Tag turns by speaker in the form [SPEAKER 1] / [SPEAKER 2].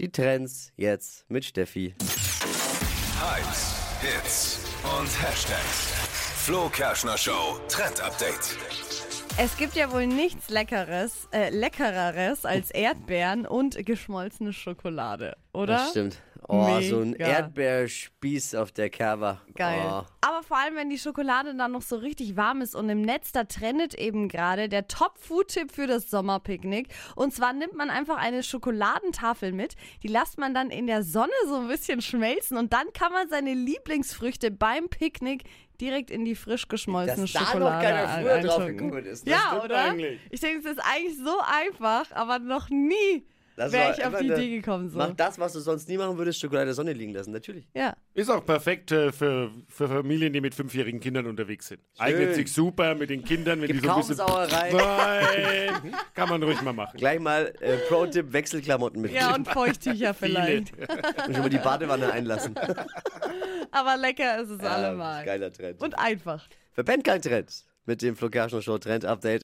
[SPEAKER 1] Die Trends jetzt mit Steffi.
[SPEAKER 2] Hypes, Hits und Hashtags. Flo Kerschner Show Trend Update.
[SPEAKER 3] Es gibt ja wohl nichts Leckeres, äh, Leckereres als Erdbeeren und geschmolzene Schokolade, oder?
[SPEAKER 1] Das stimmt. Oh, so ein
[SPEAKER 3] Mega.
[SPEAKER 1] Erdbeerspieß auf der Kerber.
[SPEAKER 3] Geil.
[SPEAKER 1] Oh.
[SPEAKER 3] Aber vor allem, wenn die Schokolade dann noch so richtig warm ist und im Netz, da trendet eben gerade der Top-Food-Tipp für das Sommerpicknick. Und zwar nimmt man einfach eine Schokoladentafel mit, die lasst man dann in der Sonne so ein bisschen schmelzen und dann kann man seine Lieblingsfrüchte beim Picknick direkt in die frisch geschmolzene
[SPEAKER 1] Dass da noch
[SPEAKER 3] Schokolade
[SPEAKER 1] keiner
[SPEAKER 3] ein-
[SPEAKER 1] früher drauf
[SPEAKER 3] eintunken.
[SPEAKER 1] gekommen ist, ne? das
[SPEAKER 3] Ja,
[SPEAKER 1] stimmt
[SPEAKER 3] oder?
[SPEAKER 1] eigentlich.
[SPEAKER 3] Ich denke, es ist eigentlich so einfach, aber noch nie
[SPEAKER 1] Das
[SPEAKER 3] wäre
[SPEAKER 1] war
[SPEAKER 3] ich auf
[SPEAKER 1] einfach
[SPEAKER 3] die
[SPEAKER 1] eine-
[SPEAKER 3] Idee gekommen. So.
[SPEAKER 1] Mach das, was du sonst nie machen würdest, Schokolade in der Sonne liegen lassen, natürlich.
[SPEAKER 3] Ja.
[SPEAKER 4] Ist auch perfekt äh, für, für Familien, die mit fünfjährigen Kindern unterwegs sind. Eignet sich super mit den Kindern, wenn
[SPEAKER 1] Gibt
[SPEAKER 4] die so ein
[SPEAKER 1] kaum
[SPEAKER 4] bisschen.
[SPEAKER 1] Sauerei.
[SPEAKER 4] Nein, kann man ruhig mal machen.
[SPEAKER 1] Gleich mal äh, Pro-Tipp, Wechselklamotten mit.
[SPEAKER 3] ja, und Feuchttücher vielleicht.
[SPEAKER 1] und schon mal die Badewanne einlassen.
[SPEAKER 3] Aber lecker ist es
[SPEAKER 1] Ja,
[SPEAKER 3] allemal.
[SPEAKER 1] Geiler Trend.
[SPEAKER 3] Und einfach.
[SPEAKER 1] Verpennt kein Trend mit dem Flo Kerschner Show Trend Update.